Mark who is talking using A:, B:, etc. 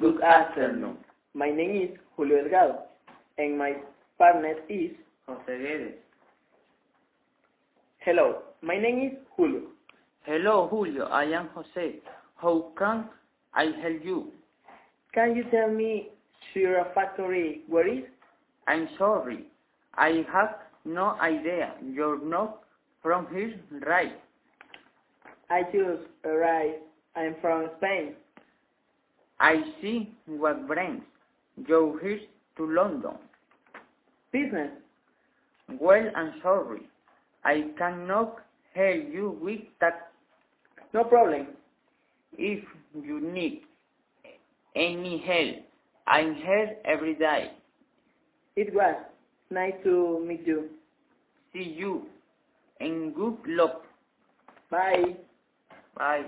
A: Good afternoon.
B: My name is Julio Delgado, and my partner is
A: José Guedes.
B: Hello. My name is Julio.
A: Hello, Julio. I am José. How can I help you?
B: Can you tell me Sierra Factory where is?
A: I'm sorry. I have no idea. You're not from here, right?
B: I just arrived. I'm from Spain.
A: I see what brings you here to London.
B: Business.
A: Well, I'm sorry. I cannot help you with that.
B: No problem.
A: If you need any help, I'm here every day.
B: It was nice to meet you.
A: See you and good luck.
B: Bye.
A: Bye.